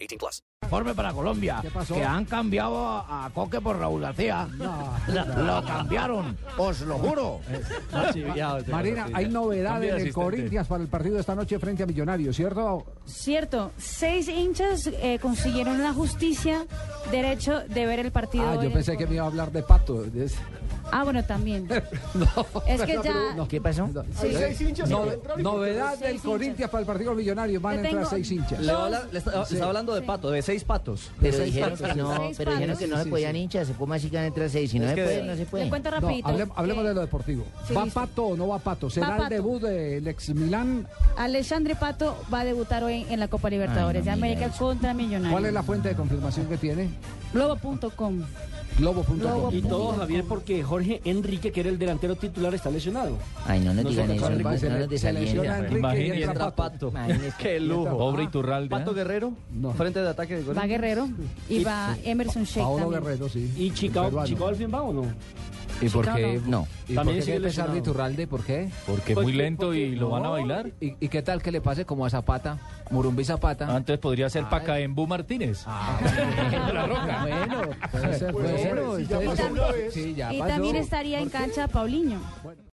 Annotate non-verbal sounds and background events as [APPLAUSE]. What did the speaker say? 18 plus. Informe para Colombia. Que han cambiado a a Coque por Raúl García. [LAUGHS] Lo cambiaron, os lo juro. Marina, hay novedades en el Corinthians para el partido de esta noche frente a Millonarios, ¿cierto? Cierto, seis hinchas eh, consiguieron la justicia derecho de ver el partido. Ah, hoy en yo el pensé que Cor- me iba a hablar de pato. Es- Ah, bueno, [LAUGHS] también. es que ya ¿Qué pasó? Sí. No- novedad del hinchas. Corinthians para el partido de Millonarios. Van a Te entrar tengo- seis hinchas. Le, habla- le está, le está hablando de pato, de seis patos. Pero Seis dijeron, patos. que no, Seis pero dijeron patos. que no Sí, se sí, podían sí. hinchas, ¿cómo así que van a entrar seis? pues. Si no Es se que- puede, no se le puede. cuento No, rapidito. hablem- hablemos que de lo deportivo. Eh, Sí, ¿Va listo. Pato o no va Pato? ¿Será Va el Pato. debut del ex Milán? Alexandre Pato va a debutar hoy en la Copa Libertadores Ay, de no, mira América eso. contra ¿Cuál es Millonarios. la fuente de confirmación que tiene? Globo.com. Globo.com. Globo. Y todo, Javier, porque Jorge Enrique, que era el delantero titular, está lesionado. Ay, no nos digan eso, Claro, no se, le- nos se lesiona desalienten. Enrique y Y entra entra Pato. pato. Imagínese. Qué lujo. Pobre Iturralde. ¿eh? Pato Guerrero, No. frente de ataque de gol. Va Guerrero y va Emerson Sheik Paolo también. Guerrero, sí. ¿Y el Chicago, peruano. Chicago al fin va o no? ¿Y por Chicago qué? No, ¿Y por También qué sigue que pesar de lesionado. Iturralde? ¿Por qué? Porque muy lento y lo van a bailar. ¿Y, y qué tal que le pase como a Zapata, Murumbi Zapata? Antes podría ser Pacaembu Martínez. Bueno, puede ser, Pues, puede ser. hombre, si ya Ustedes- pasó una Sí, ya Y pasó. también estaría en cancha Paulinho.